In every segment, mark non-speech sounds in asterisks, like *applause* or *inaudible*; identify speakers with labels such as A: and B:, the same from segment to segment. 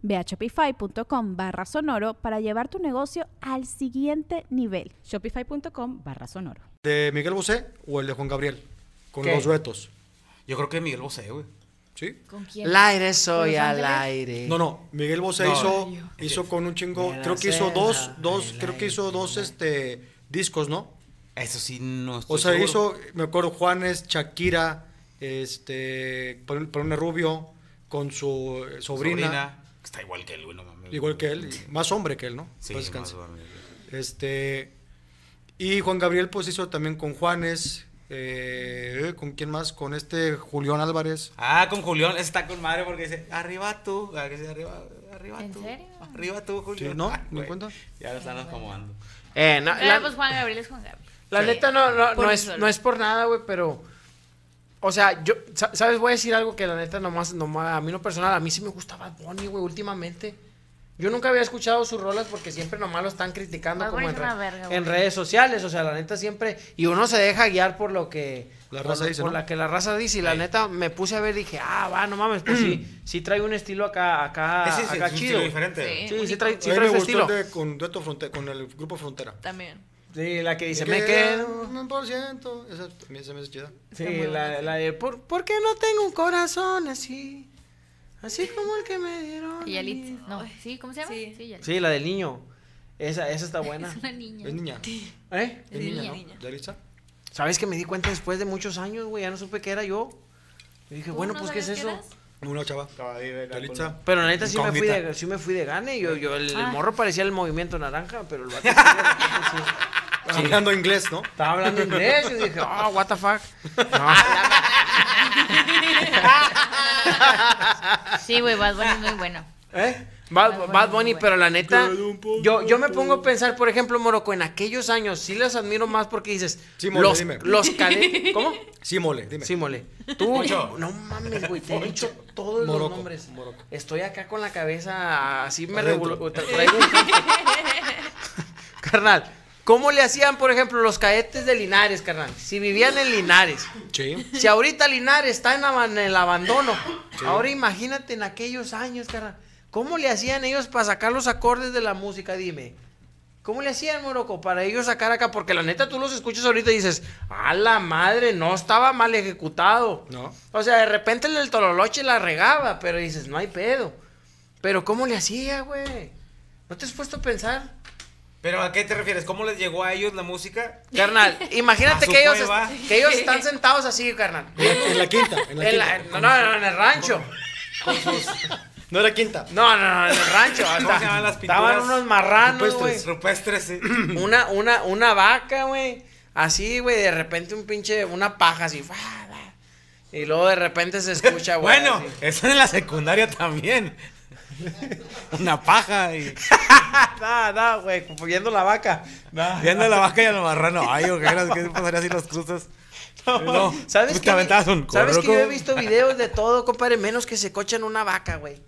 A: Ve a shopify.com barra sonoro para llevar tu negocio al siguiente nivel.
B: Shopify.com barra sonoro.
C: ¿De Miguel Bosé o el de Juan Gabriel? Con
D: ¿Qué?
C: los duetos.
D: Yo creo que Miguel Bosé, güey.
C: ¿Sí?
E: ¿Con quién?
F: El aire soy
E: ¿Los
F: al
E: Ángeles?
F: aire.
C: No, no. Miguel Bosé
D: No,
C: hizo, hizo con un chingo.
F: Me la
C: Creo que hizo
F: sé,
C: dos,
F: no,
C: dos,
F: me la
C: creo que hizo
F: hice,
C: dos este discos, ¿no?
D: Eso sí, no estoy
C: O sea,
D: seguro.
C: hizo, me acuerdo, Juanes, Shakira, este, Paulina Rubio, con su eh, sobrina.
D: Está igual que él, güey, no mames.
C: Igual que él, y más hombre que él, ¿no?
D: Sí,
C: Paz
D: más
C: descanse.
D: hombre.
C: Este. Y Juan Gabriel, pues hizo también con Juanes. eh, ¿Con quién más? Con este Julián Álvarez.
D: Ah, con Julián está con madre porque dice, arriba tú, ah, que dice, arriba, arriba
E: ¿En
D: tú.
E: serio?
D: Arriba tú, Julián.
C: Sí, ¿no?
D: Ah,
C: ¿Me
D: güey.
C: cuenta?
D: Ya lo están acomodando.
F: Eh, no,
E: Pero,
F: la,
E: pues Juan Gabriel es Juan Gabriel.
F: la neta no, no,
E: Por
F: no
E: sí
F: es,
E: solo.
F: no es por nada, güey, pero. O sea, yo, sa- ¿sabes? Voy a decir algo que la neta nomás, nomás, a mí no personal, a mí sí me gusta Bad Bunny, güey, últimamente. Yo nunca había escuchado sus rolas porque siempre nomás lo están criticando
E: Bad
F: como
E: Bunny
F: en,
E: es una
F: re-
E: verga,
F: en
E: güey.
F: redes sociales, o sea, la neta siempre, y uno se deja guiar por lo que
C: La
F: por
C: raza
F: lo-
C: dice,
F: por
C: ¿no?
F: la que la raza dice, y la neta me puse a ver, dije, ah, va, no mames,
C: *clears throat*
F: pues sí, sí trae un estilo acá, acá,
C: Ah, Eh,
D: Ese es,
F: acá
D: es un
F: chido.
D: estilo diferente.
E: Sí.
D: güey.
F: Sí, sí trae, sí
C: A mí
F: trae
C: me
F: ese
C: gustó
F: estilo.
C: el de, con, dueto Fronte- con el grupo Frontera.
E: También.
F: Sí, la que dice,
C: Que
F: me quedo.
C: Un por ciento. Esa también se me hace chida.
E: Está muy
F: Sí,
E: buena,
F: la, la de, ¿por, por qué no tengo un corazón así? Así como el que me dieron.
E: Y
F: a
E: Yalit.
F: mí".
E: No, ¿sí? ¿Cómo se llama?
G: Sí.
E: Yalit.
F: Sí, la del niño. Esa, esa está buena.
E: Es una niña.
C: Es niña.
F: ¿Eh?
C: Es
G: Sí,
C: niña,
G: niña,
C: ¿no?
G: niña.
C: ¿Ya lista?
F: ¿Sabes que me di cuenta después de muchos años, güey? Ya no supe qué era yo. Y dije,
G: ¿Tú
F: bueno,
G: no
F: pues, ¿qué es
G: sabías qué
F: eso?
G: eras?
C: Una chava.
D: Acaba de ver la
C: ¿Ya lista?
F: Pero la neta sí me, fui
C: Incógnita.
F: de, sí me fui de gane. Yo, yo, el, el
E: Ah.
F: morro parecía el movimiento naranja, pero el vato sí era- sí.
C: Hablando inglés, ¿no?
F: Estaba hablando inglés y dije, oh, what the fuck. No.
E: Sí, güey, Bad Bunny es muy bueno.
F: ¿Eh? Bad,
E: Bunny,
F: Bad Bunny,
E: güey.
F: pero la neta, yo, yo me pongo a pensar, por ejemplo, Morocco, en aquellos años sí las admiro más porque dices,
C: Sí, mole,
F: los,
C: dime.
F: los cadetes, ¿cómo?
C: Sí, mole, dime.
F: Sí, mole. Tú,
D: Poncho.
F: no mames, güey, te he dicho todos
C: Morocco,
F: los nombres.
C: Morocco.
F: Estoy acá con la cabeza así, me
C: Adentro.
F: revuelvo. traigo un- carnal, ¿cómo le hacían, por ejemplo, los cadetes de Linares, carnal? Si vivían en Linares.
C: Sí.
F: Si ahorita Linares está en, aban- el abandono, ahora imagínate en aquellos años, carnal. ¿Cómo le hacían ellos para sacar los acordes de la música? Dime. ¿Cómo le hacían, Morocco, para ellos sacar acá? Porque la neta tú los escuchas ahorita y dices, a la madre, no estaba mal ejecutado.
C: No.
F: O sea, de repente el del Tololoche la regaba, pero dices, no hay pedo. Pero ¿cómo le hacía, güey? ¿No te has puesto a pensar?
D: Pero ¿a qué te refieres? ¿Cómo les llegó a ellos la música? *laughs*
F: Carnal,
D: A
F: imagínate
D: su
F: que ellos,
D: cueva.
F: est- que ellos están sentados así, carnal.
C: En la, en la quinta. En la
F: En
C: quinta.
F: la- no, no, no, en el rancho.
C: No era quinta.
F: No, no, no, en el rancho.
D: ¿Cómo se llaman las pinturas?
F: Estaban unos marranos, güey.
D: Rupestres. Rupestres, sí.
F: Una, una, una vaca, güey. Así, güey, de repente un pinche, una paja así. fa, fa. Y luego de repente se escucha, güey.
D: Bueno,
F: así.
D: eso en la secundaria
E: *laughs*
D: también. Una paja y
F: Da, da, güey, confundiendo la vaca. *laughs*
D: viendo a la vaca y a lo marrano. Ay, ojeras, ¿qué pasaría si los cruzas? No,
F: ¿Sabes
D: pues
F: qué?
D: te aventabas un
F: ¿Sabes que
D: corroco.
F: yo he visto videos de todo, compadre, menos que se cochan una vaca, güey.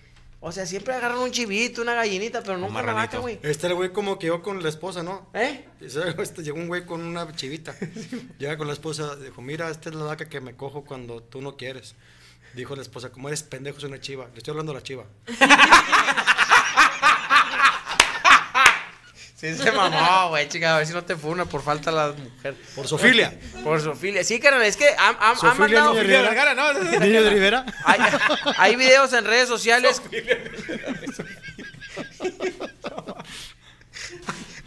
F: O sea, siempre agarran un chivito, una gallinita, pero nunca una vaca,
D: marranito. *laughs*
F: güey.
C: Este era el güey como que iba con la esposa, ¿no?
F: ¿Eh?
C: Ese- *laughs* este, llegó un güey con una chivita. Llega con la esposa, dijo, mira, esta es la vaca que me cojo cuando tú no quieres. Dijo la esposa, como eres pendejo, es una chiva. Le estoy hablando a la chiva.
F: Sí, se mamó, güey, chica. A ver si no te funa por falta de la mujer.
C: Por Sofilia.
F: Por Sofilia. Sí, carnal, es que han, han- han
C: Sofilia
F: mandado.
C: Niño
D: Sofía de Vergara, ¿no?
C: Niño de Rivera.
F: Hay, hay videos en redes sociales.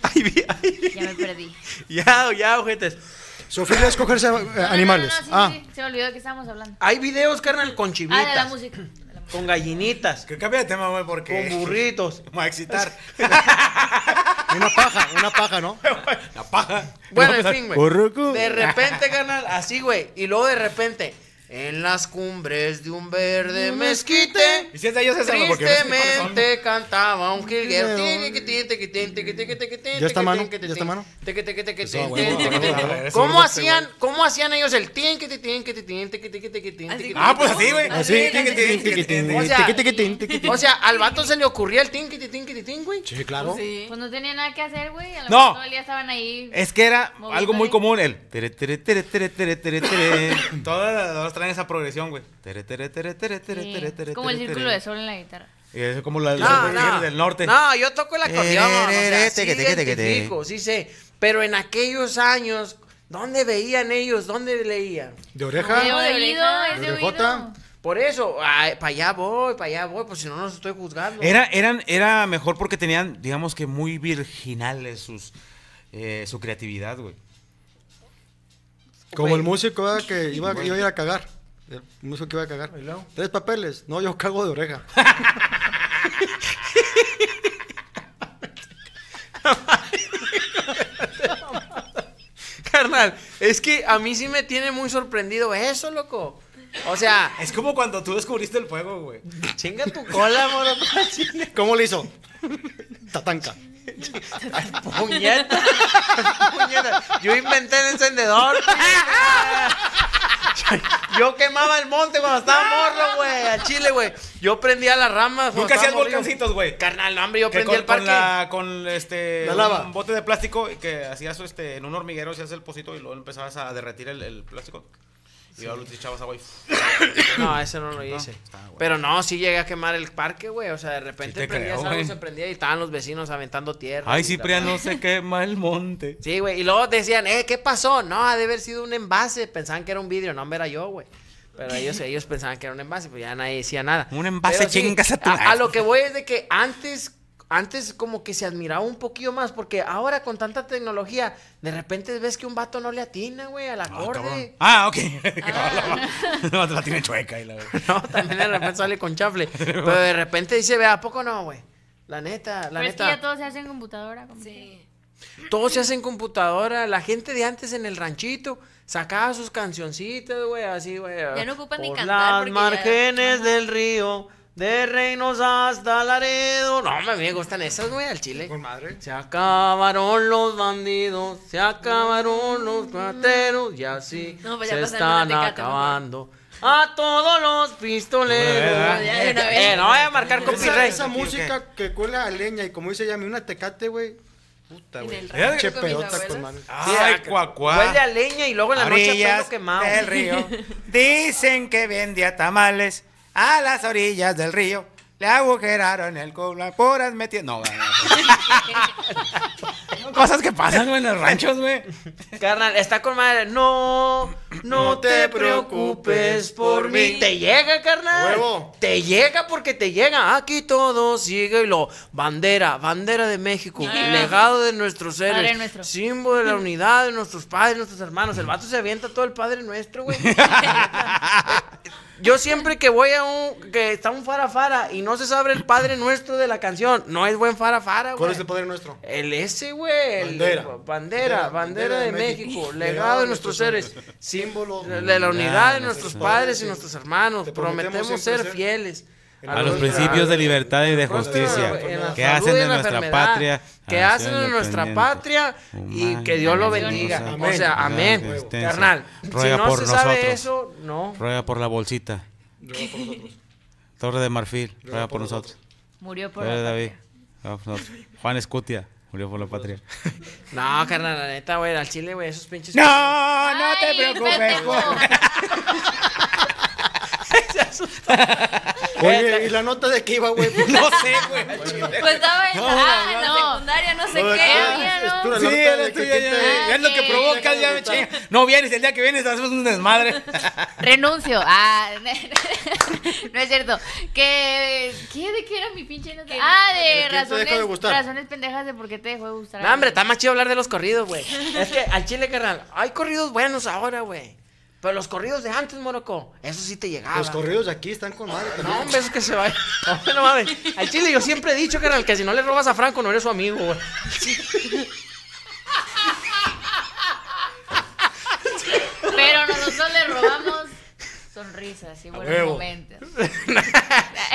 F: Hay vi- hay-
E: Ya me perdí.
F: ya, ya, ojetes.
C: Sofía es cogerse eh, animales.
E: No, no, no, sí,
C: ah,
E: sí, sí, se me olvidó de qué estábamos hablando.
F: Hay videos, carnal, con
E: Ah, de la
F: chivitas.
E: música. de la música.
F: con gallinitas.
D: Que cambia de tema, güey, porque.
F: Con burritos.
D: *laughs* Me va a excitar.
C: una paja, una paja, ¿no?
D: *laughs* La paja.
F: Bueno, en
D: pues,
F: fin,
D: Burruco.
F: güey. De repente, carnal, así, güey. Y luego de repente, en las cumbres de un verde mezquite.
D: Y si es de ellos, es algo porque no sé cuáles son.
F: Tristemente cantaba un jilguero.
C: ¿Ya está mano? ¿Ya está mano?
D: Ah, bueno, a ver, eso
F: ¿Cómo
D: no sé,
F: hacían,
D: güey.
F: cómo hacían ellos el tin que tin que tin que
E: Así
F: tin
E: como-
D: Ah, pues así, güey.
E: Así.
D: Tiquitín, tiquitín.
F: O sea, O
C: O
F: sea, al vato se le ocurría el tin que tin que tin, güey.
C: Sí, claro.
A: Sí.
E: Pues no tenía nada que hacer, güey. A lo
D: No.
E: mejor todo el día estaban ahí.
D: Es que era
E: Moviéndole.
D: algo muy común el. tere, tere, tere, tere, tere, tere, tere. *laughs* Todas las dos traen esa progresión, güey. Tere, tere, tere, tere, tere,
E: Sí,
D: tere, tere,
E: es eh, como el
D: tere,
E: círculo
D: tere.
E: de sol en la guitarra.
D: Y Es como la- los
F: No,
D: guerreros
F: no.
D: del norte. Eh,
F: No, yo toco el acordeón. o sea, sí
D: Tequete, tequete, tequete.
F: identifico, sí sé. Pero en aquellos años, ¿dónde veían ellos? ¿Dónde leían?
C: De
E: No,
C: oreja.
E: de
C: de
E: oído, es de
C: orejota.
E: oído.
F: Por eso, para allá voy, para allá voy, pues si no, no los estoy juzgando.
D: Era, eran, era mejor porque tenían, digamos que muy virginales sus, eh, su creatividad, güey.
C: Como el
F: Güey.
C: músico ¿verdad? que iba, iba a ir a cagar. El músico que iba a cagar. Tres papeles. No, yo cago de oreja. *laughs*
F: *laughs* Carnal, es que a mí sí me tiene muy sorprendido eso, loco. O sea,
D: Es como cuando tú descubriste el fuego, güey.
F: chinga tu cola, moro. *laughs* chinga,
C: ¿Cómo le hizo? Tatanca.
F: Puñeta. *laughs* Puñeta. Yo inventé el encendedor. güey. Yo quemaba el monte cuando estaba morro, güey. A Chile, güey. Yo prendía las ramas. cuando
D: Nunca hacías
F: estaba morrillo.
D: volcancitos, güey.
F: Carnal, no, hombre, yo
D: Que
F: prendí
D: con,
F: el parque.
D: Con, la- con, este,
C: La lava.
D: un bote de plástico y que hacías este, en un hormiguero, hacías el pocito y luego empezabas a derretir el, el plástico. Y luego lo echabas agua y...
F: No, ese no lo hice.
D: está, güey.
F: Pero no, sí llegué a quemar el parque, güey. O sea, de repente
D: te
F: prendías
D: creo,
F: algo,
D: güey.
F: se prendía y estaban los vecinos aventando tierra. y la madre.
D: no se quema el monte.
F: Sí, güey. Y luego decían, eh, ¿qué pasó? No, ha de haber sido un envase. Pensaban que era un vidrio. No, hombre, era yo, güey. Pero ellos, ellos pensaban que era un envase, pues ya nadie decía nada.
D: Un envase,
F: Pero
D: chingas a tu madre.
F: a, a lo que voy es de que antes, antes como que se admiraba un poquillo más, porque ahora con tanta tecnología, de repente ves que un vato no le atina, güey, al
D: Ah, cabrón.
F: acorde.
D: Ah, ok. *laughs*
F: Ah.
D: No, la tiene chueca y la
F: *laughs* No, también de repente sale
D: *laughs*
F: con chafle. Pero de repente dice, ve, ¿a poco no, güey? La neta, la
E: Pero Pues es que
F: neta.
E: ya todo se hace en computadora. como
G: Sí.
F: Todo se hace en computadora. La gente de antes en el ranchito sacaba sus cancioncitas, güey, así, güey. ah,
G: Ya no ocupan ni
F: Por
G: cantar
F: Las
G: porque ya-
F: márgenes
G: Ajá.
F: del río, de Reinos hasta Laredo. No, hombre, a mí me gustan esas, güey, al chile.
C: madre.
F: Se acabaron los bandidos, se acabaron los plateros y así
G: Mm. No, pues ya
F: se
G: pasaron
F: están
G: la Tecate,
F: acabando a todos los pistoleros.
D: No,
G: ya, ya, ya,
F: Eh,
G: ya.
F: no voy a marcar
C: Esa,
F: copyright.
C: esa música que cuela a leña y como dice Yami, una tecate, güey. Puta,
G: En
C: güey.
G: el
D: rancho
C: Che
G: con mis
C: pedota con
G: abuelos.
C: madre.
F: Ah,
D: Ay, cuacuá.
F: Huele a leña y luego en la noche a pelo quemado.
D: del
F: *laughs*
D: río. Dicen que vendía tamales a las orillas del río. Le agujeraron el culo a puras metidas.
F: *laughs*
D: No, no, no. Cosas que pasan, güey, en los ranchos, güey.
F: *laughs* Carnal, está con madre. No, no te preocupes por mí. Te llega, carnal.
C: Huevo.
F: Te llega porque te llega. Aquí todo sigue y lo. Bandera, bandera de México. Legado de nuestros
E: Ah. Padre
F: seres.
E: nuestro.
F: Símbolo de la unidad de nuestros padres, nuestros hermanos. El vato se avienta todo el padre nuestro, *laughs* güey. Yo siempre que voy a un. que está un farafara y no se sabe el padre nuestro de la canción. No es buen farafara, güey.
C: ¿Cuál es el poder
F: *laughs*
C: nuestro?
F: El S, güey. el-
C: Bandera.
F: Bandera. Bandera, de, México. Legado de nuestros seres. *laughs*
C: Símbolo
F: De de la unidad de nuestros padres y nuestros hermanos.
C: Te
F: Prometemos,
C: prometemos
F: ser
C: siempre ser
F: fieles.
C: A los principios de
D: libertad y de
F: Pues, En la salud y en la enfermedad, Que
D: Ah,
C: Ah,
F: hacen de nuestra patria y que Dios lo bendiga.
C: Amén.
F: O sea, amén.
D: Existencia.
F: Carnal,
D: Ruega
F: si no
D: por
F: se sabe
D: nosotros.
F: eso, no.
D: Ruega por la bolsita.
C: Yo por nosotros.
D: Torre de Marfil,
C: ruega por por nosotros.
E: Murió por la patria.
D: Juan Escutia, murió por la patria.
F: No, carnal, la neta, güey, al chile, güey, esos pinches.
D: No, no te
E: Ay,
D: preocupes.
E: pendejo.
D: güey.
E: asustó.
C: Oye, ¿y la nota de qué iba, güey?
D: *laughs* No sé, güey.
E: Pues estaba en
D: No,
E: la, en la
D: no.
E: secundaria, no sé
C: No, no,
E: qué, había,
C: es
E: ¿no?
C: pura
D: Sí,
C: nota
D: ya la
C: de que
D: tuya ya.
E: quita-
D: Es lo que
E: Ay.
D: provocas, ya me chinga. No vienes, el día que vienes hacemos un desmadre.
E: Renuncio. Ah, *laughs* no es cierto. Que, ¿qué, ¿De qué era mi pinche nota? Ah, de
C: ¿De quién te
E: razones,
C: dejó de gustar?
E: razones pendejas de por qué te dejó de gustar.
F: No, hombre, está más chido hablar de los corridos, güey. Es que al chile, carnal, hay corridos buenos ahora, güey. Pero los corridos de antes, Moroco, eso sí te llegaba.
C: Los corridos de aquí están con madre
F: No,
C: también.
F: hombre, eso que se vaya. *laughs* No, no mames. Al chile yo siempre he dicho, carnal, que si no le robas a Franco no eres su amigo, güey. *laughs*
E: Pero nosotros le robamos sonrisas y buenos
D: huevo.
E: momentos.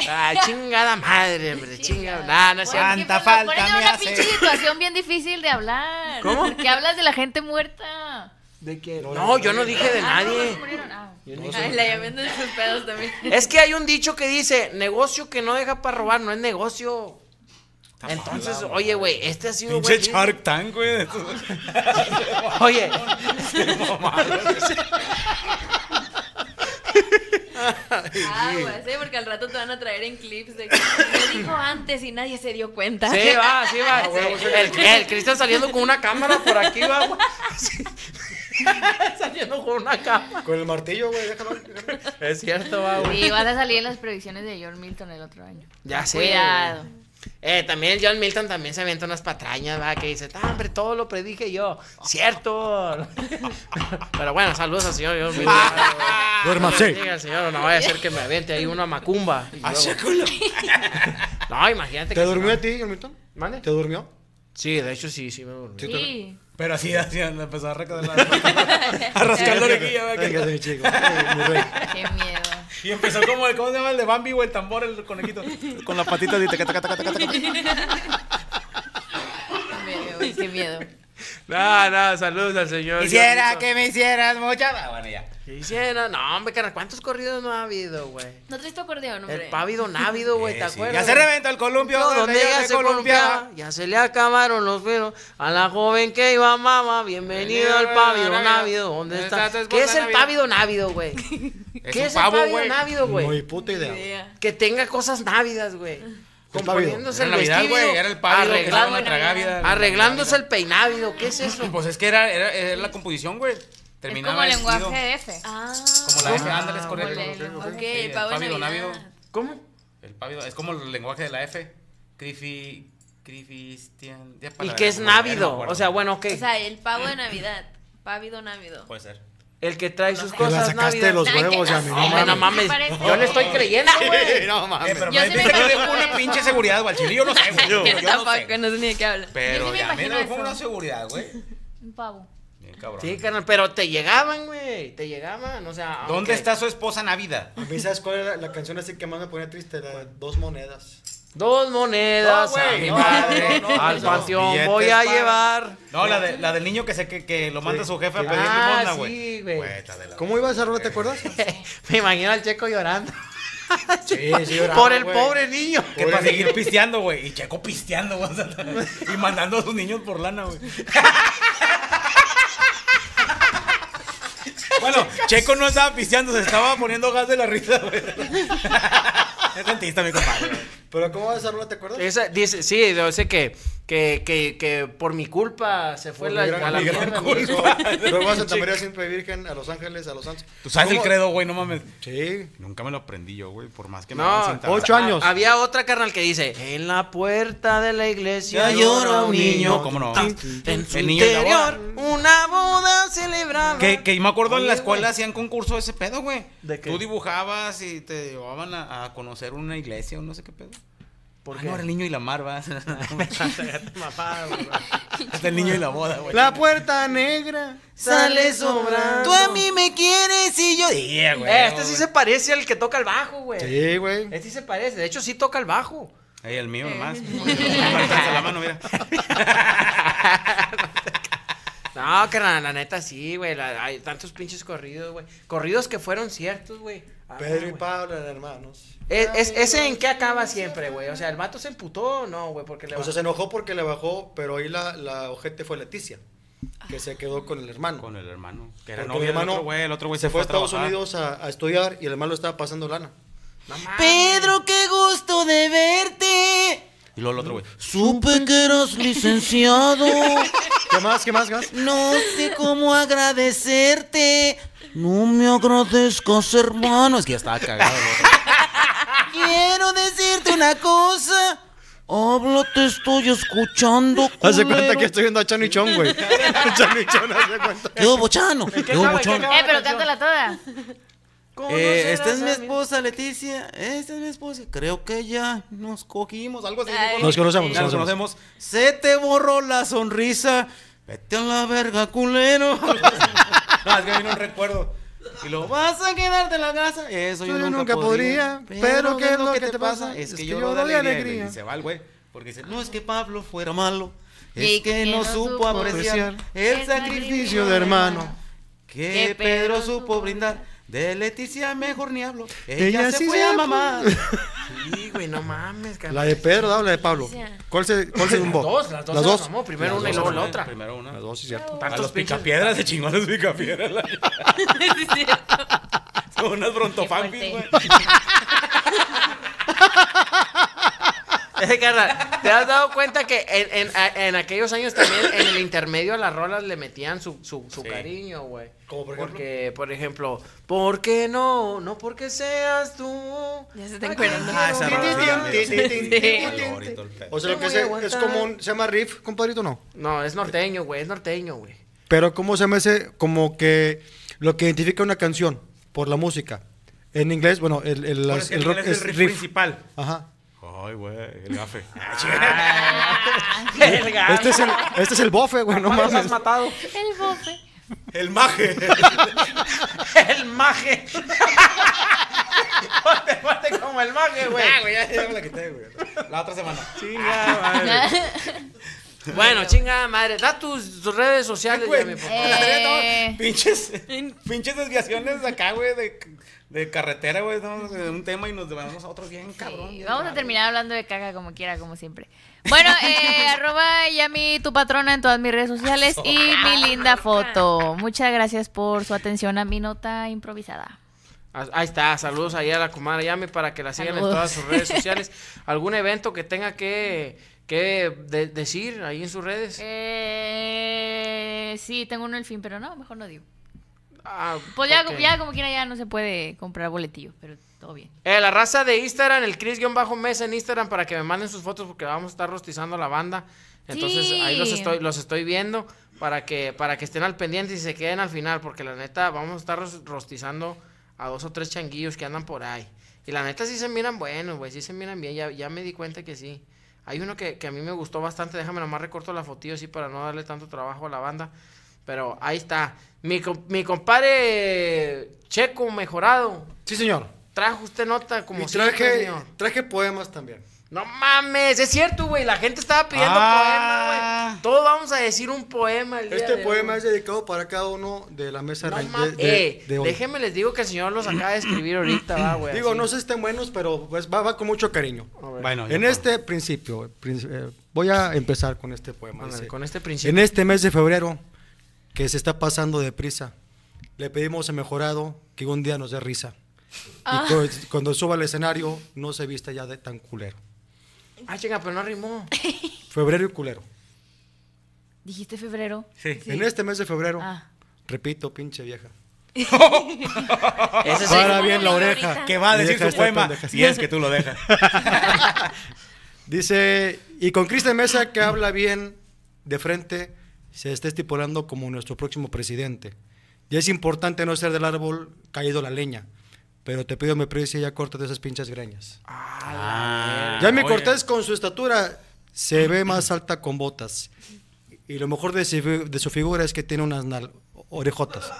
F: Ay, chingada madre, hombre, chingada.
E: Chingada.
F: Nah, no es
E: Porque,
F: cierto.
D: Cuánta
E: pues, nos
D: falta
E: ponen en
D: me
E: una
D: hace.
E: pinche situación bien difícil de hablar.
F: ¿Cómo?
E: Porque hablas de la gente muerta.
F: ¿De qué?
C: No,
F: No,
C: no,
F: yo no dije de
E: Ah, no, no se
F: nadie.
E: murieron. Ah.
F: Yo no dije-
E: Ay, la llamé de sus pedos también.
F: *laughs* Es que hay un dicho que dice, negocio que no deja para robar no es negocio. Entonces, oye, güey, este ha sido
D: Pinche
F: buen día.
D: Shark Tank, güey.
F: Oye,
E: Ah, güey, sí, porque al rato te van a traer en clips de que me dijo antes y nadie se dio cuenta.
F: sí va, sí va. El, el Cristian saliendo con una cámara por aquí va, güey. Sí. *laughs* saliendo con una cámara.
C: Con el martillo, güey, déjalo. déjalo.
F: Es cierto, va, güey.
E: Y vas a salir en las predicciones de George Milton el otro año.
F: Ya sé.
E: Cuidado.
F: güey. Eh, también John Milton también se avienta unas patrañas, va, que dice, "Ah, hombre, todo lo predije yo. Cierto. *laughs* Pero bueno, saludos al señor John Milton.
C: *laughs* Duérmase. Ah,
F: Diga el señor, no vaya a ser que me aviente ahí una macumba. Y
D: Ah,
F: luego- No, imagínate
C: ¿Te
F: que.
C: durmió a ti, Hermito?
F: ¿Mande?
C: ¿Te durmió?
F: Sí, de hecho sí, sí me dormí.
C: Sí,
E: Sí.
D: *laughs* Pero así, así, le empezó a rascar
F: *laughs*
D: la A rascar la orejilla, güey, que-
C: Véngase, chico. Ay, mi rey.
E: Qué miedo.
D: Y empezó como el, ¿cómo se llama? El de Bambi, güey, el tambor, el conejito. Con las patitas y taca, taca, taca, taca, taca.
E: Me- güey, Qué miedo.
F: No, no, saludos al señor.
D: Quisiera
F: John
D: que
F: Milton.
D: me hicieras mucha. Ah, bueno, ya.
F: Quisiera. No, hombre, carnal, ¿cuántos corridos no ha habido, güey?
E: ¿No traes tu acordeón, hombre?
F: El pávido návido, güey, ¿te
D: Eh, sí.
F: acuerdas?
D: Ya se
F: güey?
D: reventó el columpio.
F: donde ella se
D: columpiaba.
F: columpiaba, ya se le acabaron los pelos a la joven que iba mamá. Bienvenido
D: Bienvenido
F: al pávido
D: a la
F: návido.
D: Navidad.
F: ¿Dónde
D: ¿Dónde
F: está?
D: está tu esposa
F: ¿Qué es el
D: Navidad?
F: pávido návido,
D: *laughs*
F: güey? ¿Qué
D: un
F: es el
D: pavo,
F: pávido
D: güey.
F: návido,
C: Muy
F: güey?
C: puta
E: Ni
C: idea. güey.
E: idea.
F: Que tenga cosas návidas, güey.
C: pávido.
F: Componiéndose
D: Era
F: el
D: Navidad,
F: vestido,
D: güey. Era el pálido que estaba en la
F: arreglando-
D: tragavia.
F: arreglándose el peinávido. ¿Qué es eso?
D: Pues es que era, era, era la composición, güey.
E: Es
D: Terminaba
E: como el lenguaje
D: vestido.
E: de F.
A: Ah,
D: Como la F, ándale, es
E: Ole,
D: correcto.
E: lo-
D: Sí,
E: ok, el pavo de Navidad.
D: návido.
F: ¿Cómo?
D: El pávido, es como el lenguaje de la F. Crifi, Cristian. ya para
F: ¿Y
D: la
F: qué
D: verga,
F: es
D: güey, ya no me
F: návido?
D: acuerdo.
F: O sea, bueno, ok.
E: O sea, el pavo de Navidad. Pávido návido.
D: Puede ser.
F: El que trae sus
C: Te la
F: cosas
C: sacaste
F: návidas.
C: de los
E: Ay,
C: huevos,
E: qué
C: ya, mi no
E: asco.
F: Hombre, no
C: mames.
F: mames.
E: Parece-
F: Yo le estoy creyendo,
C: *laughs* *laughs*
F: güey.
C: No
D: Eh,
C: mames.
D: pero
F: *laughs*
D: me
E: Yo sí
D: dice
E: me
D: que
E: acuerdo
D: dejó
E: de
D: una
E: eso.
D: pinche seguridad, güey. al Chile yo no sé, güey. Yo, yo no
E: Tampoco,
D: sé.
E: no sé ni de qué habla. Yo
D: Pero
E: sí me
D: ya me
E: imagino
D: dejó
E: eso.
D: una seguridad, güey.
E: Un pavo.
D: Bien cabrón. Ah,
F: Sí, carnal, pero te llegaban, güey. Te llegaban, o sea.
D: ¿Dónde
F: aunque-
D: está su esposa Navidad?
C: A mí, ¿sabes cuál era la canción así que más me ponía triste? La de dos monedas.
F: Dos monedas
C: No, güey,
F: a mi
C: no,
F: madre.
C: no, no, no,
F: al
C: no.
F: panteón
D: Billetes
F: voy a
D: para-
F: llevar. *laughs*
D: No, la, de, la del niño que, se, que, que lo manda
C: Sí.
D: su jefe a
C: Ah,
D: pedir
F: Ah,
D: limosna, güey.
F: sí, güey.
D: Güey, está de la-
C: ¿Cómo iba esa rola, te acuerdas?
F: Me imagino al checo llorando.
C: Sí,
F: *laughs*
C: sí, lloraba,
F: Por el
C: güey.
F: pobre niño.
D: Que
C: Pobre
D: para
C: niño.
D: seguir pisteando, güey. Y Checo pisteando, güey. o sea, y mandando a sus niños por lana, güey. bueno, Checo no estaba pisteando, se estaba poniendo gas de la risa, güey. Es dentista, mi compadre.
C: *laughs*
D: güey.
C: ¿Pero cómo iba esa rola, te acuerdas?
F: Esa, dice, sí, yo sé que, que, que, que por mi culpa se fue
C: Por
F: la,
C: Pues mi gran-
F: a la
C: mi *laughs* gran
F: mierda, güey.
D: culpa.
C: Luego a Santa María Siempre Virgen, a Los Ángeles, a Los Santos.
D: Tú sabes el
C: ¿Cómo?
D: credo, güey, no mames.
C: Sí.
D: Nunca me lo aprendí yo, güey, por más que me hagan
F: No,
D: sentar.
C: ocho años.
F: ha- había otra carnal que dice, en la puerta de la iglesia
D: Ya llora un niño. ¿Cómo no?
C: Ah,
F: En su
D: El niño de la boda.
F: interior, una boda celebrada.
D: Que, que yo me acuerdo en
F: Oye,
D: la escuela
F: güey.
D: hacían concurso de ese pedo, güey.
F: ¿De qué?
D: Tú dibujabas y te llevaban a, a conocer una iglesia o no sé qué pedo.
F: ¿Por
D: Ah,
F: qué?
D: no, era el niño y la mar, va. *laughs* Hasta el niño y la boda, güey.
C: La puerta negra
F: Sale sobrando.
D: Tú a mí me quieres y yo. Yeah, güey.
F: Eh, este sí se parece al que toca el bajo, güey.
C: Sí, güey.
F: Este sí se parece, de hecho sí toca el bajo.
D: Ahí el mío nomás. Me alcanza la mano, mira.
F: No, carnal, la neta sí, güey. la- Hay tantos pinches corridos, güey. Corridos que fueron ciertos, güey. Ah,
C: Pedro y
F: güey.
C: Pablo eran hermanos.
F: Es, es- ¿Ese en qué acaba siempre, güey? O sea, ¿el vato se emputó o no, güey? Porque le
C: O sea,
F: bajó.
C: se enojó porque le bajó, pero ahí la, la ojete fue Leticia, que
F: Ah.
C: se quedó con el hermano.
D: Con el hermano. Que era
C: Porque
D: novio del otro güey. El otro güey se,
C: fue a Estados
D: trabajar.
C: Unidos a, a estudiar y el hermano estaba pasando lana. *laughs*
G: Pedro, qué gusto de verte. Y luego el otro güey. Supe que eras licenciado.
C: ¿Qué más? ¿Qué más? ¿Qué más?
G: No sé cómo agradecerte. No me agradezcas, hermano. Es que ya estaba cagado. el otro. Quiero decirte una cosa. Habla, te estoy escuchando.
C: Hace cuenta
G: culero.
C: que estoy viendo a Chano y Chon, güey. Chano y Chon, hace cuenta.
G: Yo, Bochano. Yo,
F: sabe?
G: Bochano.
F: ¿Qué
E: Eh, pero cántala toda.
G: Eh,
D: "Eh,
F: Conocerás
D: este
G: esta es mi
F: a
G: esposa, Leticia. Esta es mi esposa. Creo que ya nos cogimos. Algo así.
E: Ay.
H: Eh,
G: ¿no?
C: Nos conocemos,
G: Ya nos
C: nos conocemos.
G: conocemos. Se te borró la sonrisa. Vete a la verga, culero. *laughs* no, es que vino un recuerdo. Y lo vas a quedarte en la casa. Eso yo, nunca, podría. Pero, ¿qué es lo que te pasa? Es que yo doy alegría. Y se va el güey. Porque dice, no es que Pablo fuera malo.
E: Y
G: Es que no supo apreciar el
E: el
G: sacrificio
E: sacrificio
G: de
E: de
G: hermano.
E: hermano.
G: Que
E: Que
G: Pedro
E: Pedro
G: supo
E: supo
G: brindar. De Leticia mejor ni hablo. Ella, se fue a mamá.
F: Sí, güey, no mames,
C: La
F: carnal.
C: de Pedro, ¿da? o la de Pablo. ¿Cuál se, cuál se
F: Las
C: zumbó?
F: dos, las dos.
C: Las
F: se
C: dos.
F: las mamó, primero
C: Las
F: una y
C: dos,
F: luego la otra.
G: eh, Primero una.
C: Las dos, sí, cierto.
G: A
F: Tantos
G: los
F: pinches-
G: picapiedras se chingó a los *laughs* picapiedras.
F: *laughs*
G: la- Son unas brontofanfis,
E: Qué
G: güey.
E: fuerte.
F: *laughs* Eh, carnal, ¿te has dado cuenta que en, en- a- en aquellos años también en el intermedio a las rolas le metían su, su, su
G: Sí.
F: cariño, güey?
C: ¿Cómo, por ejemplo?
F: Porque, por ejemplo, ¿por qué no? No porque seas tú.
E: Ya se está encuerando.
G: Ah, esa rola sí
C: *laughs*
G: también. Valor y todo el pedo.
C: O sea, lo que es,
F: Te voy a
C: es como un, se llama riff, compadrito, no.
F: No, es norteño, güey, es norteño, güey.
C: Pero cómo se me hace como que lo que identifica una canción por la música. En inglés, bueno, el, el, las-
D: Por
F: Pues
D: eso
C: el
D: el
C: rock
D: es
C: es
D: el riff
C: riff.
D: principal.
C: Ajá.
G: Ay, güey, el
F: *laughs*
G: gafe.
F: Ah, El gato.
C: Este es el, este es el bofe, güey, no
F: ¿Cuántos has
C: mames.
F: matado?
E: El bofe.
D: El maje.
F: *laughs*
D: *laughs*
F: El maje. Ponte, ponte como el maje, güey.
D: Ah, la quité, güey. La otra semana.
F: Bueno, chingada madre. Da tus tus redes sociales,
D: Güey,
F: ya, mi papá.
E: Eh.
D: no, pinches, pinches desviaciones acá, güey, de, de carretera, güey. Estamos en un tema y nos devanamos a otro bien, cabrón.
E: Sí,
D: bien
E: Vamos a
D: raro.
E: terminar hablando de caca como quiera, como siempre. Bueno, eh, arroba Yami, tu patrona en todas mis redes sociales y mi linda foto. Muchas gracias por su atención a mi nota improvisada.
F: Ah, Ahí está, saludos ahí a la comadre Yami para que la sigan en
E: Saludos. *laughs*
F: todas sus redes sociales. ¿Algún evento que tenga que, que de- decir ahí en sus redes?
E: Eh, sí, tengo uno el fin, pero no, mejor no digo.
F: Ah,
E: Pues ya,
F: ok.
E: ya como quiera ya no se puede comprar boletillo, pero todo bien.
F: Eh, la raza de Instagram, el Chris-Mesa en Instagram para que me manden sus fotos porque vamos a estar rostizando a la banda. Entonces
E: Sí.
F: ahí los estoy, los estoy viendo para que, para que estén al pendiente y se queden al final, porque la neta vamos a estar ros- rostizando a dos o tres changuillos que andan por ahí. Y la neta sí se miran buenos, güey, sí se miran bien, ya, ya me di cuenta que sí. Hay uno que, que a mí me gustó bastante, déjame nomás recorto la fotillo así para no darle tanto trabajo a la banda. Pero ahí está. Mi, com- mi compadre Checo Mejorado,
C: Sí, señor.
F: Trajo usted nota como
C: Y
F: siempre,
C: traje,
F: señor.
C: traje poemas también.
F: No mames, es cierto, güey. La gente estaba pidiendo
D: Ah.
F: poemas, güey. Todos vamos a decir un poema. El día
C: Este
F: de
C: poema
F: hoy.
C: es dedicado para cada uno de la mesa
F: No
C: de- de,
F: mames.
C: de-
F: Eh,
C: de hoy.
F: déjenme les digo que el señor los acaba de escribir ahorita, va, güey.
C: Digo,
F: así.
C: no sé si estén buenos, pero pues, va, va con mucho cariño.
D: Bueno,
C: en
D: ya,
C: este principio, prin- eh, voy a empezar con este poema.
F: Ándale,
C: dice,
F: con este principio.
C: en este mes de febrero, que se está pasando deprisa, le pedimos a Mejorado que un día nos dé risa. Y cu- cuando suba al escenario, no se vista ya de tan culero.
F: Ah, chinga, pero no
C: *laughs*
F: rimó.
C: Febrero y culero.
E: Dijiste febrero.
D: Sí.
C: En este mes de febrero,
E: Ah.
C: repito, pinche vieja.
F: Ese es
C: Para
F: el...
C: bien la
E: Como yo
C: oreja.
E: ahorita.
D: Que va a decir
C: Deja
D: su
C: esta
D: poema
C: pendeja.
D: si es que tú lo dejas.
C: Dice, y con Cristian Mesa que habla bien de frente, se está estipulando como nuestro próximo presidente. Y es importante no ser del árbol caído la leña. Pero te pido me precie ya córtate esas pinches greñas. ya me
D: Ah, oye.
C: cortés con su estatura se ve más alta con botas. Y lo mejor de su, fi- de su figura es que tiene unas nal- orejotas.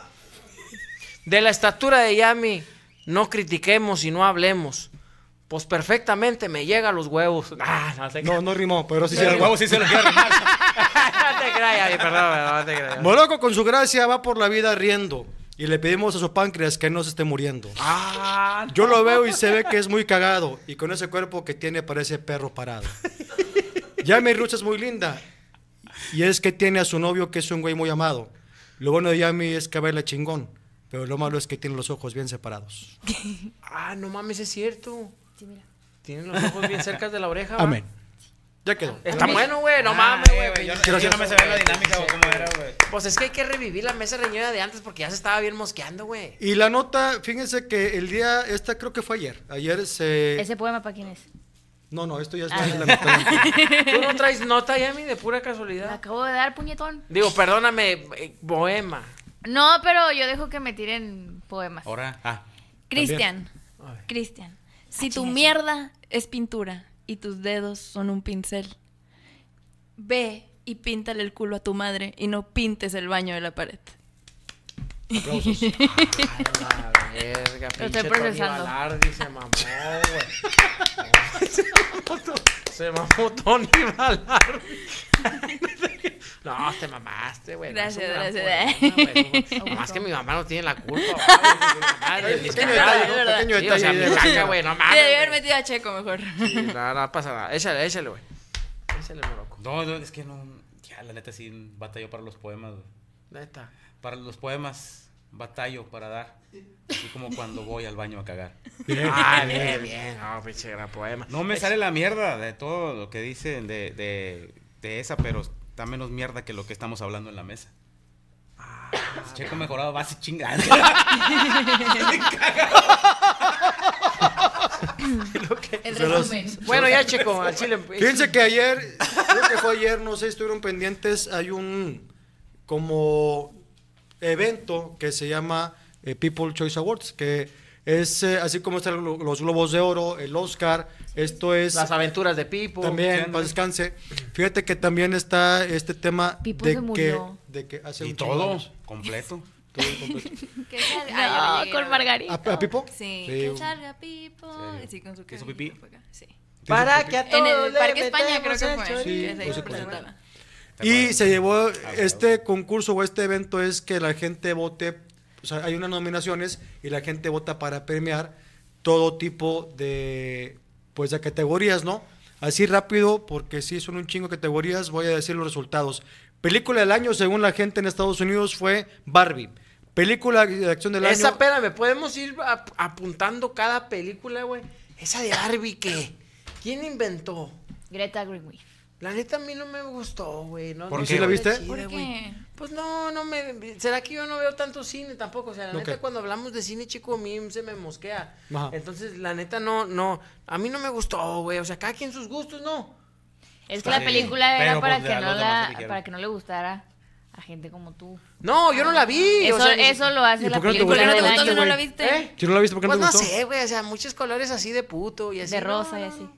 F: De la estatura de Yami, no critiquemos y no hablemos. Pues perfectamente me llega a los huevos. *laughs* Ah, no te
C: No, no rimó, pero sí se
D: El huevo sí
G: *laughs*
D: se lo quiero arrimar.
F: creas, no te creas, Yami, perdón, perdón, no te creas.
C: Moroco con su gracia va por la vida riendo. Y le pedimos a su páncreas que no se esté muriendo.
F: Ah,
C: Yo lo veo y se ve que es muy cagado. Y con ese cuerpo que tiene parece perro parado. Ya mi Rucha es muy linda. Y es que tiene a su novio que es un güey muy amado. Lo bueno de Yami es que baila chingón. Pero lo malo es que tiene los ojos bien separados.
F: Ah, no mames, es cierto. Tienen los ojos bien cerca de la oreja. ¿va?
C: Amén. Ya quedó.
F: Está bueno, güey. No mames, güey.
G: Yo,
F: pues,
G: yo no me sabía la dinámica o cómo era, güey.
F: Pues es que hay que revivir la mesa reñida de antes porque ya se estaba bien mosqueando, güey.
C: Y la nota, fíjense que el día, esta creo que fue ayer. Ayer se.
E: ¿Ese poema para quién es?
C: No, no, esto ya es
E: Ah.
C: la
E: *laughs*
C: nota.
F: *laughs* ¿Tú no traes nota, Yami, de pura
E: Me
F: casualidad?
E: acabo de dar puñetón.
F: Digo, perdóname, eh, bohema.
E: No, pero yo dejo que me tiren poemas.
G: Ahora, ah.
H: Cristian, Cristian, si tu mierda es pintura y tus dedos son un pincel, ve y píntale el culo a tu madre y no pintes el baño de la pared.
F: La verga,
E: Lo
F: pinche
E: estoy
F: Tony
E: procesando.
F: Balardi se mamó, güey. se mamó Tony Balardi. No, te mamaste, güey. No, es un gran
H: Gracias, gracias.
F: poema,
E: *laughs*
F: güey. Nomás que mi mamá no tiene la culpa. güey. Madre, mi
C: Pequeño
F: cara,
C: detalle,
H: es
C: ¿no?
H: verdad.
C: pequeño
F: Sí, o
C: detalle.
F: sea,
C: de
F: me
C: la
F: caga,
C: señora.
F: güey, no
H: Le debí
F: mames.
H: haber
F: güey.
H: metido a Checo mejor.
F: Sí, No, no pasa nada. Échale, échale, güey. Échale, Morocco.
G: No, no, es que no. Ya, la neta sí batallo para los poemas, güey.
F: Neta.
G: Para los poemas, batallo para dar. Así como cuando voy al baño a cagar.
F: Ah, bien, bien. No, pinche gran poema.
G: No me sale la mierda de todo lo que dicen de, de, de esa, pero está menos mierda que lo que estamos hablando en la mesa. Si Checo mejorado va a ser chingada.
H: El resumen.
F: Bueno, ya, Checo, al chile.
C: Fíjense que ayer, creo que fue ayer, no sé, estuvieron pendientes, hay un como evento que se llama eh, People Choice Awards, que es eh, así como están lo- los Globos de Oro, el Oscar, esto es
F: Las aventuras de Pipo.
C: también, paz descanse. Fíjate que también está este tema
E: Pipo
C: de
E: se
C: que,
E: murió.
C: de que hace
G: y
C: un chingo
G: todo,
C: de años.
G: completo.
H: Que *laughs* salga-
E: No,
H: Ah, yo le llegué a
E: con
H: ver.
E: Margarita.
C: ¿A, a Pipo?
H: Sí,
C: Sí.
H: que salga Pipo.
G: Sí.
H: Y sí, con su
G: ¿Que hizo
H: carita
G: pipí?
H: fue acá, Sí.
C: Ah,
F: Para que a
H: En
F: todos
H: el
F: le
H: Parque España creo
F: metemos
H: que
F: el
H: fue.
F: chorizo.
C: Sí,
H: que
C: pues,
H: se presentaba.
C: Y se llevó
G: bueno.
C: este concurso o este evento es que la gente vote, o sea, hay unas nominaciones y la gente vota para premiar todo tipo de, pues, de categorías, ¿no? Así rápido, porque sí son un chingo de categorías, voy a decir los resultados. Película del año, según la gente en Estados Unidos, fue Barbie. Película de acción del
F: Esa,
C: año.
F: espérame, podemos ir ap- apuntando cada película, güey. Esa de Barbie, ¿qué? ¿Quién inventó?
E: Greta Greenwich.
F: La neta a mí no me gustó, güey. No,
G: ¿Por
F: no
G: qué,
F: se me
G: güey?
C: ¿Sí la viste?
F: chida,
H: ¿Por qué?
F: güey. Pues no, no me. ¿Será que yo no veo tanto cine tampoco? O sea, la
C: Ok.
F: neta cuando hablamos de cine, chico, a mí se me mosquea.
C: Ajá.
F: Entonces, la neta no, no. A mí no me gustó, güey. O sea, cada quien sus gustos, ¿no?
E: Es que la
G: Sí,
E: película
G: pero
E: era para
G: pues,
E: que
G: a
E: no
G: los demás
E: la,
G: eligieron.
E: para que no le gustara a gente como tú.
F: No, yo no la vi.
E: Eso,
F: o sea,
E: eso lo hace
C: ¿y
E: la
C: por qué no te
E: película
H: ¿Por qué no
E: del
H: te gustó
E: año.
H: que no la
F: ¿eh?
H: viste?
C: Si no la viste, ¿por qué no
F: Pues
C: te
F: no
C: gustó?
F: sé, güey. O sea, muchos colores así de puto y así.
E: De
F: no,
E: rosa y
F: no,
E: así.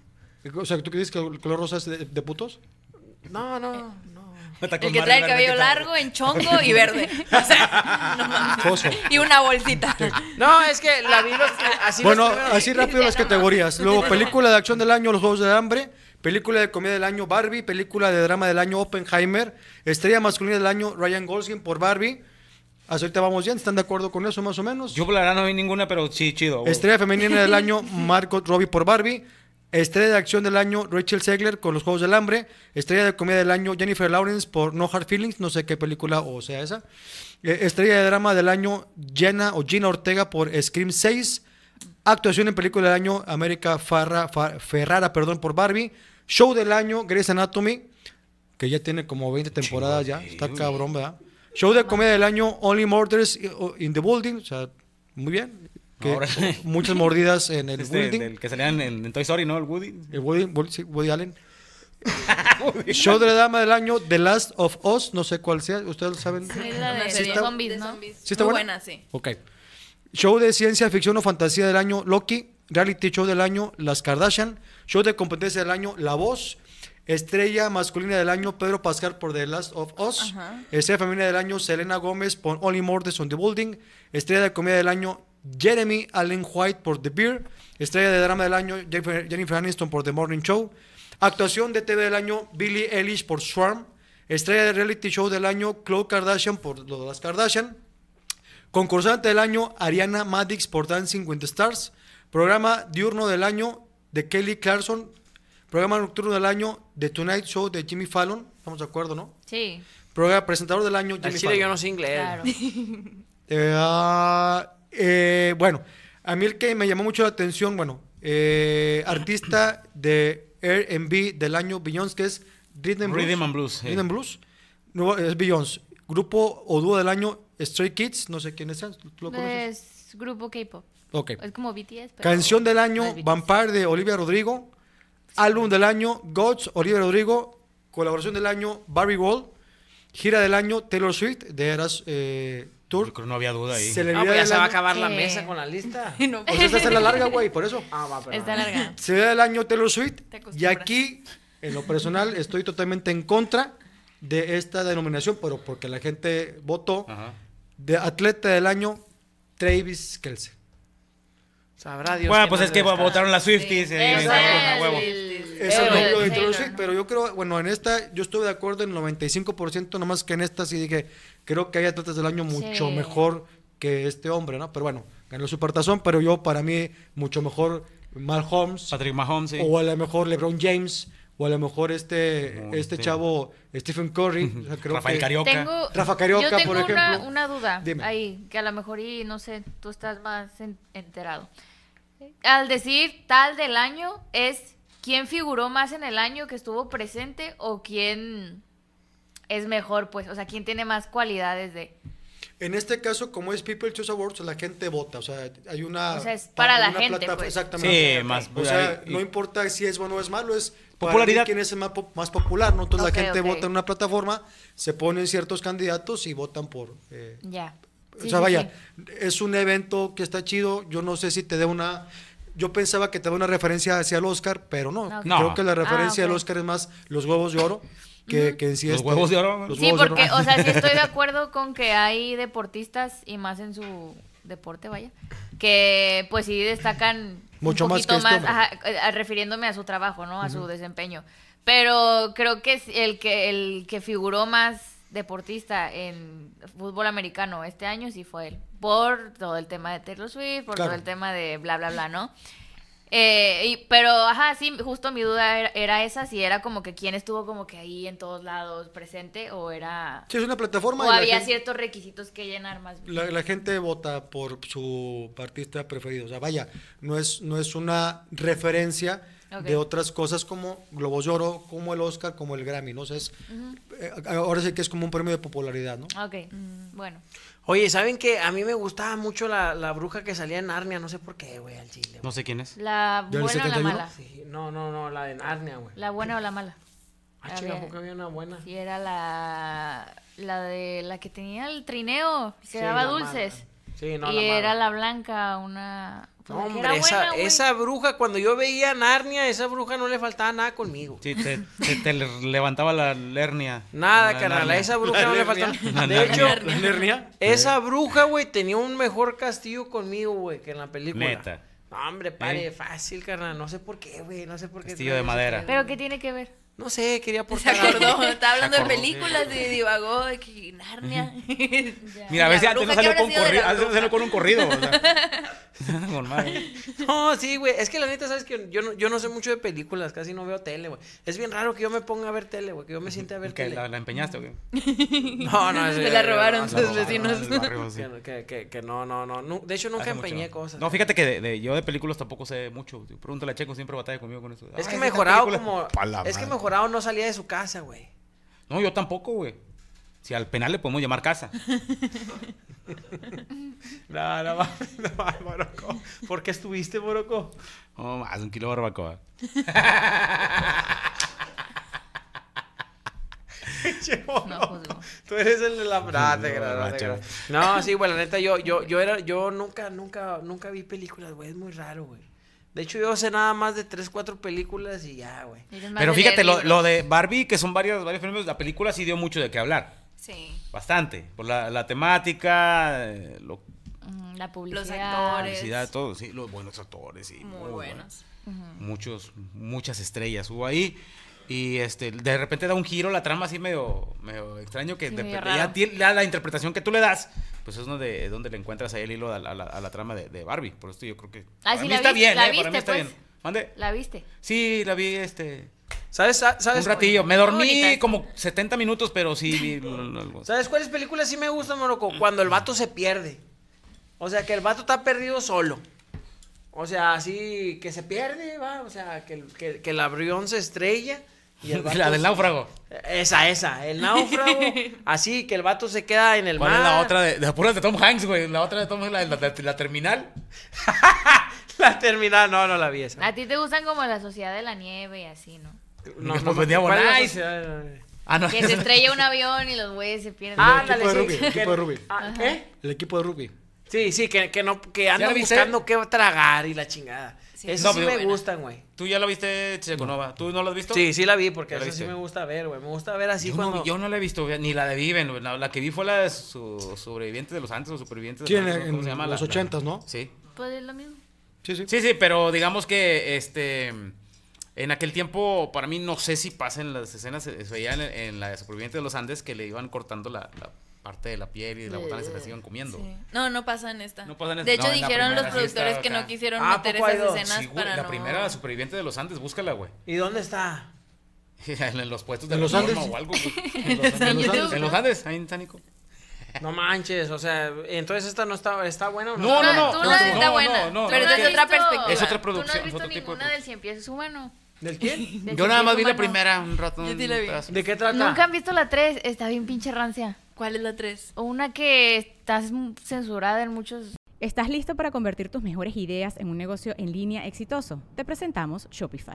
C: O sea, ¿tú crees que el color rosa es de, de putos?
F: No, no, no. no.
H: El que trae el cabello largo, en chongo y verde. *laughs* O sea, no
F: Ah.
H: mames.
C: Coso.
H: *laughs* Y una bolsita.
F: No, es que la vi los- eh, así los
C: bueno,
F: primeros-
C: así rápido las categorías. Luego, película de acción del año, Los Juegos del Hambre. Película de comedia del año, Barbie. Película de drama del año, Oppenheimer. Estrella masculina del año, Ryan Gosling por Barbie. Hasta ahorita vamos bien, ¿están de acuerdo con eso más o menos?
G: Yo, la verdad, no vi ninguna, pero sí, chido. güey.
C: Estrella femenina del año, Margot Robbie por Barbie. Estrella de acción del año, Rachel Segler con Los Juegos del Hambre. Estrella de comedia del año, Jennifer Lawrence por No Hard Feelings, no sé qué película o sea esa. Eh, Estrella de drama del año, Jenna o Gina Ortega por Scream 6. Actuación en película del año, América Farra- Fa- Ferrara perdón, por Barbie. Show del año, Grey's Anatomy, que ya tiene como 20 temporadas ya. Está cabrón, ¿verdad? Show de comedia del año, Only Murders in the Building. O sea, muy bien. Que
G: Ahora-
C: *laughs* muchas mordidas en *laughs* el
G: Este,
C: building.
G: del que salían en, en Toy Story, ¿no? El Woody.
C: El Woody, Woody- sí, Woody *laughs* Allen. Show de la dama del año, The Last of Us, no sé cuál sea, ustedes lo saben.
E: Es la de
H: Una serie
E: zombies, ¿no?
C: ¿Sí está
H: Muy
C: buena?
E: *laughs*
H: buena, sí.
C: Ok. Show de ciencia ficción o fantasía del año, Loki. Reality show del año, Las Kardashian. Show de competencia del año, La Voz. Estrella masculina del año, Pedro Pascal por The Last of Us. Estrella femenina del año, Selena Gómez por Only Murders on the Building. Estrella de comedia del año, Jeremy Allen White por The Beer. Estrella de drama del año, Jennifer Jennifer Aniston por The Morning Show. Actuación de TV del año, Billie Eilish por Swarm. Estrella de reality show del año, Khloe Kardashian por lo de Las Kardashian. Concursante del año, Ariana Madix por Dancing with the Stars. Programa diurno del año de Kelly Clarkson. Programa nocturno del año The Tonight Show de Jimmy Fallon. Estamos de acuerdo, ¿no?
E: Sí,
C: Programa presentador del año
F: Al
C: Jimmy
F: chile
C: Fallon.
F: yo no sé inglés.
E: claro.
C: Eh, ah, eh, bueno, a mí el que me llamó mucho la atención, bueno, eh, artista de R&B del año Beyoncé, que es Rhythm, and
D: Rhythm and Blues, sí.
C: Rhythm and Blues. Nuevo- es Beyoncé. Grupo o dúo del año Stray Kids, no sé quién es, ¿tú lo conoces?
E: Es grupo K-pop.
C: Ok.
E: Es como BTS. pero-
C: Canción del
E: no
C: año
E: es BTS.
C: Vampire de Olivia Rodrigo. Álbum del año Gods, Olivia Rodrigo. Colaboración del año Barry Wall. Gira del año Taylor Swift de Eras eh,
D: Yo
C: Tour.
D: creo que no había duda ahí.
C: Celebridad
F: Ah, pues ya
C: del
F: se va a
C: año-
F: acabar la
E: Sí.
F: mesa con la *laughs* lista.
H: No, *laughs*
C: Pues esta es la larga, güey, por eso.
F: Ah, va, pero.
E: Está larga.
C: Celebridad del año Taylor Swift.
H: Te
C: Y
H: acostumbras.
C: aquí, en lo personal, estoy totalmente en contra de esta denominación, pero porque la gente votó.
D: Ajá.
C: De atleta del año, Travis Kelce.
F: Sabrá Dios.
D: Bueno,
F: quién
D: pues es
F: anda
D: que
F: detrás.
D: votaron las Swifties. eh, y ahí
E: Eso
D: está,
E: es
D: huevo.
E: el-
C: Es el
E: el
C: número de
E: Taylor,
C: Taylor Swift,
E: ¿no?
C: pero yo creo, bueno, en esta yo estuve de acuerdo en 95%, nomás que en esta sí dije, creo que hay atletas del año mucho
E: Sí.
C: mejor que este hombre, ¿no? Pero bueno, ganó su partazón, pero yo para mí mucho mejor Mal Holmes,
D: Patrick Mahomes, Ah, sí.
C: o a lo mejor LeBron James, o a lo mejor este,
D: Como
C: este
D: este.
C: chavo Stephen
D: *laughs*
C: Curry. o sea, creo
D: Rafael
C: que-
D: Carioca.
E: Tengo,
C: Rafa Carioca,
E: yo tengo
C: por
E: una,
C: ejemplo.
E: una duda
C: Dime.
E: ahí, que a lo mejor y no sé, tú estás más en- enterado. Al decir tal del año, ¿es quién figuró más en el año que estuvo presente o quién es mejor, pues? O sea, ¿quién tiene más cualidades de...?
C: En este caso, como es People Choose Awards, la gente vota, o sea, hay una...
E: O sea, es para la
C: Ah, una
E: gente,
C: plataforma-
E: pues.
C: Exactamente.
D: Sí, más-
C: O sea,
D: y-
C: no importa si es bueno o es malo, es para
D: Popularidad.
C: mí quién es el más, po- más popular, ¿no? Entonces
E: Ok,
C: la gente
E: ok.
C: vota en una plataforma, se ponen ciertos candidatos y votan por... eh,
E: Ya.
C: o
E: Sí,
C: sea,
E: sí,
C: vaya,
E: sí.
C: es un evento que está chido, yo no sé si te dé una... Yo pensaba que te da una referencia hacia el Oscar, pero no.
E: Ah, ok.
D: No.
C: Creo que la
E: Ah,
C: referencia del
E: ok.
C: Oscar es más los huevos de oro que, que en sí
D: ¿Los
C: este-
D: huevos de oro?
C: los
E: Sí,
C: huevos de oro.
E: porque, o
C: *laughs*
E: sea, sí estoy de acuerdo con que hay deportistas y más en su deporte, vaya, que pues sí destacan
C: Mucho
E: un
C: más que
E: poquito
C: este hombre.
E: más, ajá, eh, a- refiriéndome a su trabajo, ¿no? A su desempeño. Pero creo que es el que el que figuró más deportista en fútbol americano este año sí fue él, por todo el tema de Taylor Swift, por
C: Claro.
E: todo el tema de bla bla bla, ¿no? Eh, y- pero, ajá, sí, justo mi duda era, era esa, si era como que quién estuvo como que ahí en todos lados presente o era...
C: Sí, es una plataforma.
E: O
C: y la
E: había
C: gente-
E: ciertos requisitos que llenar más bien.
C: La, la gente vota por su artista preferido. O sea, vaya, no es, no es una referencia
E: Ok.
C: de otras cosas como Globos de Oro, como el Oscar, como el Grammy, ¿no? O sea, es, eh, ahora sí que es como un premio de popularidad, ¿no?
E: Ok, bueno.
F: Oye, ¿saben qué? A mí me gustaba mucho la, la bruja que salía en Narnia, no sé por qué, güey, al chile. güey.
D: No sé quién es.
E: ¿La
C: ¿Del
E: buena o la
C: 71?
E: mala?
F: Sí, no, no, no, la de Narnia, güey.
E: ¿La buena o la mala?
F: Ah, chinga,
E: había-
F: ¿por qué había una buena?
E: Si era la, la de la que tenía el trineo, que daba
F: la
E: dulces.
F: mala. Sí, no,
E: y
F: la mala.
E: era la blanca, una... pues,
F: No,
E: la que
F: hombre,
E: era buena,
F: esa,
E: güey.
F: esa bruja, cuando yo veía Narnia, esa bruja no le faltaba nada conmigo.
D: Sí, te, te- te le- levantaba la hernia.
F: Nada,
D: La
F: carnal, a
D: hernia.
F: esa bruja no le faltaba
D: La
F: nada. De hecho,
D: hernia.
F: esa bruja, güey, tenía un mejor castillo conmigo, güey, que en la película.
D: Neta.
F: No, hombre, pare,
D: ¿Eh?
F: fácil, carnal. No sé por qué, güey, no sé por qué.
D: Castillo de madera.
E: ¿Pero qué tiene que ver?
F: No sé, quería por
H: Se acordó, estaba hablando
D: Se acordó,
H: de películas y divagó de que Narnia.
D: Mira, a ver si
H: La
D: antes no
H: bruja que
D: salió
H: habrá
D: con,
H: sido de
D: corri-
H: la
D: antes no
H: bruja.
D: salió con un corrido. o sea. *laughs* Normal.
F: No, sí, güey. Es que la neta, sabes que yo no, yo no sé mucho de películas, casi no veo tele, güey. Es bien raro que yo me ponga a ver tele, güey, que yo me siente
D: *laughs*
F: a ver
D: Que
F: tele.
D: la, la empeñaste, güey.
F: No, no,
H: Se
F: sí,
H: la
F: no,
H: robaron
F: no, no,
H: sus
F: no,
H: vecinos.
D: del barrio, sí.
F: Que, no, que, que- que no, no, no, nu- De hecho, nunca
D: Hace mucho.
F: empeñé cosas.
D: No, fíjate que de, de- yo de películas tampoco sé mucho. tío. Pregúntale a Checo, siempre batalla conmigo con eso.
F: es que
D: Ay,
F: mejorado
D: esta
F: como.
D: película- Pa' la
F: Es que
D: madre.
F: mejorado no salía de su casa, güey.
D: No, yo tampoco, güey. Si al penal le podemos llamar *laughs* casa.
F: No, no, no, Morocco. ¿Por qué estuviste, Morocco?
D: No, más un kilo de barbacoa.
E: No, juzgo.
F: Tú eres el de la Ah, te creas, no, te
D: Borracho.
F: creas.
D: *laughs*
F: No, sí, güey, la neta, yo, yo, yo era, yo nunca, nunca, nunca vi películas, güey. Es muy raro, güey. De hecho, yo sé nada más de tres, cuatro películas y ya, güey.
E: Eres más
D: Pero
E: de
D: fíjate,
E: leer
D: lo, lo
E: libros.
D: de Barbie, que son varios, varios fenómenos, la película sí dio mucho de qué hablar.
H: Sí.
D: Bastante. Por la, la temática, eh, lo,
E: Mm, La publicidad.
D: la
H: actores.
D: publicidad, todo. Sí, los buenos actores. Sí,
H: Muy buenos.
D: muchos, muchas estrellas hubo ahí. Y este, de repente da un giro la trama así medio, medio extraño que
E: Sí,
D: de-
E: medio
D: ya
E: raro.
D: tiene- ya la interpretación que tú le das, pues es donde, donde le encuentras ahí el hilo a la, a la- a la trama de, de Barbie. Por esto yo creo que
E: Ah, sí, la
D: está
E: viste-
D: bien,
E: la
D: ¿eh? para mí
E: viste,
D: está
E: pues.
D: bien. Mande.
E: ¿La viste?
D: Sí, la vi este
F: ¿Sabes, sa- sabes,
D: Un ratillo. Me dormí
E: Bonitas.
D: como 70 minutos, pero sí vi algo.
F: ¿Sabes cuáles películas sí me gustan, Moroco? Cuando el vato se pierde. O sea, que el vato está perdido solo. O sea, así que se pierde, va. O sea, que, el- que- que el avión se estrella.
D: *laughs*
F: Y el vato
D: La del náufrago.
F: Esa, esa. El náufrago.
D: *laughs*
F: así que el vato se queda en el
D: ¿Cuál
F: mar.
D: es la otra de, de puras de Tom Hanks, güey? La otra de Tom Hanks, la, la, la- la terminal.
F: *laughs* La terminal, no, no la vi esa.
E: A ti te gustan como la sociedad de la nieve y así, ¿no?
F: No,
D: Pues
F: no,
D: venía
F: ¿cuál es la
D: Bonais.
F: sociedad?
D: Ah, no.
E: Que se estrella un avión y los güeyes se pierden.
F: Ah,
C: equipo de
F: ándale,
C: rugby,
F: sí.
C: el equipo
F: que-
C: de rugby.
F: ah, ¿Qué?
C: El equipo de rugby.
F: Sí, sí, que, que no, que
D: la
F: andan
D: viste?
F: buscando qué tragar y la chingada.
H: Sí.
F: Eso
D: No,
F: sí
D: pero-
F: me gustan, güey.
D: *laughs* Tú ya la viste, Checonova. ¿Tú no la has visto?
F: Sí, sí la vi, porque
D: ¿Ya la
F: eso sí
D: viste?
F: me gusta ver, güey. Me gusta ver así
D: yo,
F: cuando.
D: no, yo no la he visto, ni la de Viven. güey. La, la que vi fue la de su, Sobrevivientes de los Andes o Supervivientes
C: Sí,
D: de
C: en-
D: los Andes, ¿cómo
C: en
D: se llama?
C: los
D: La- la-
C: 80s, ¿no?
D: Sí.
E: Pues es lo mismo.
C: Sí, sí.
D: Sí, sí, pero digamos que este en aquel tiempo, para mí, no sé si pasan las escenas, se se veían en, en la de Supervivientes de los Andes que le iban cortando la, la parte de la piel y de la botana se las iban comiendo. Pues
H: Sí. No, no pasa en esta.
D: No pasa en esta.
H: De hecho,
D: No, en la
H: dijeron los
D: primera sí
H: productores
D: estaba
H: que
D: acá.
H: no quisieron
F: Ah, ¿a
H: meter
F: poco hay
H: esas
F: dos?
H: escenas
D: Sí, güey,
H: para
D: la
H: no...
D: primera Superviviente de los Andes, búscala, güey. *laughs*
F: ¿Y dónde está?
D: en los puestos de
C: ¿En los
D: los Andes
C: Andes?
D: o algo. güey.
H: *laughs*
C: En los Andes.
D: En los Andes, ahí en Tánico.
F: No manches, o sea, entonces esta no está, está buena o no.
D: No,
F: está
D: no,
F: buena?
D: no.
E: tú no, está buena.
D: no, no,
H: Pero
E: Tú
H: desde
E: has
H: otra
E: visto-
H: perspectiva. Es
D: otra
E: Tú no
D: producción,
E: has
D: es
E: visto
D: otro tipo de
E: ninguna del Cien Pies Humano.
F: ¿Del quién?
E: del
D: Yo nada
E: Cien
D: más
E: Pies
D: vi la
E: Humano.
D: primera, un rato.
H: Yo sí
D: un
H: la vi.
D: pedazo.
F: ¿De qué trata?
E: Nunca han visto la 3. Está bien pinche rancia.
H: ¿Cuál es la 3?
E: O una que está censurada en muchos.
B: ¿Estás listo para convertir tus mejores ideas en un negocio en línea exitoso? Te presentamos Shopify.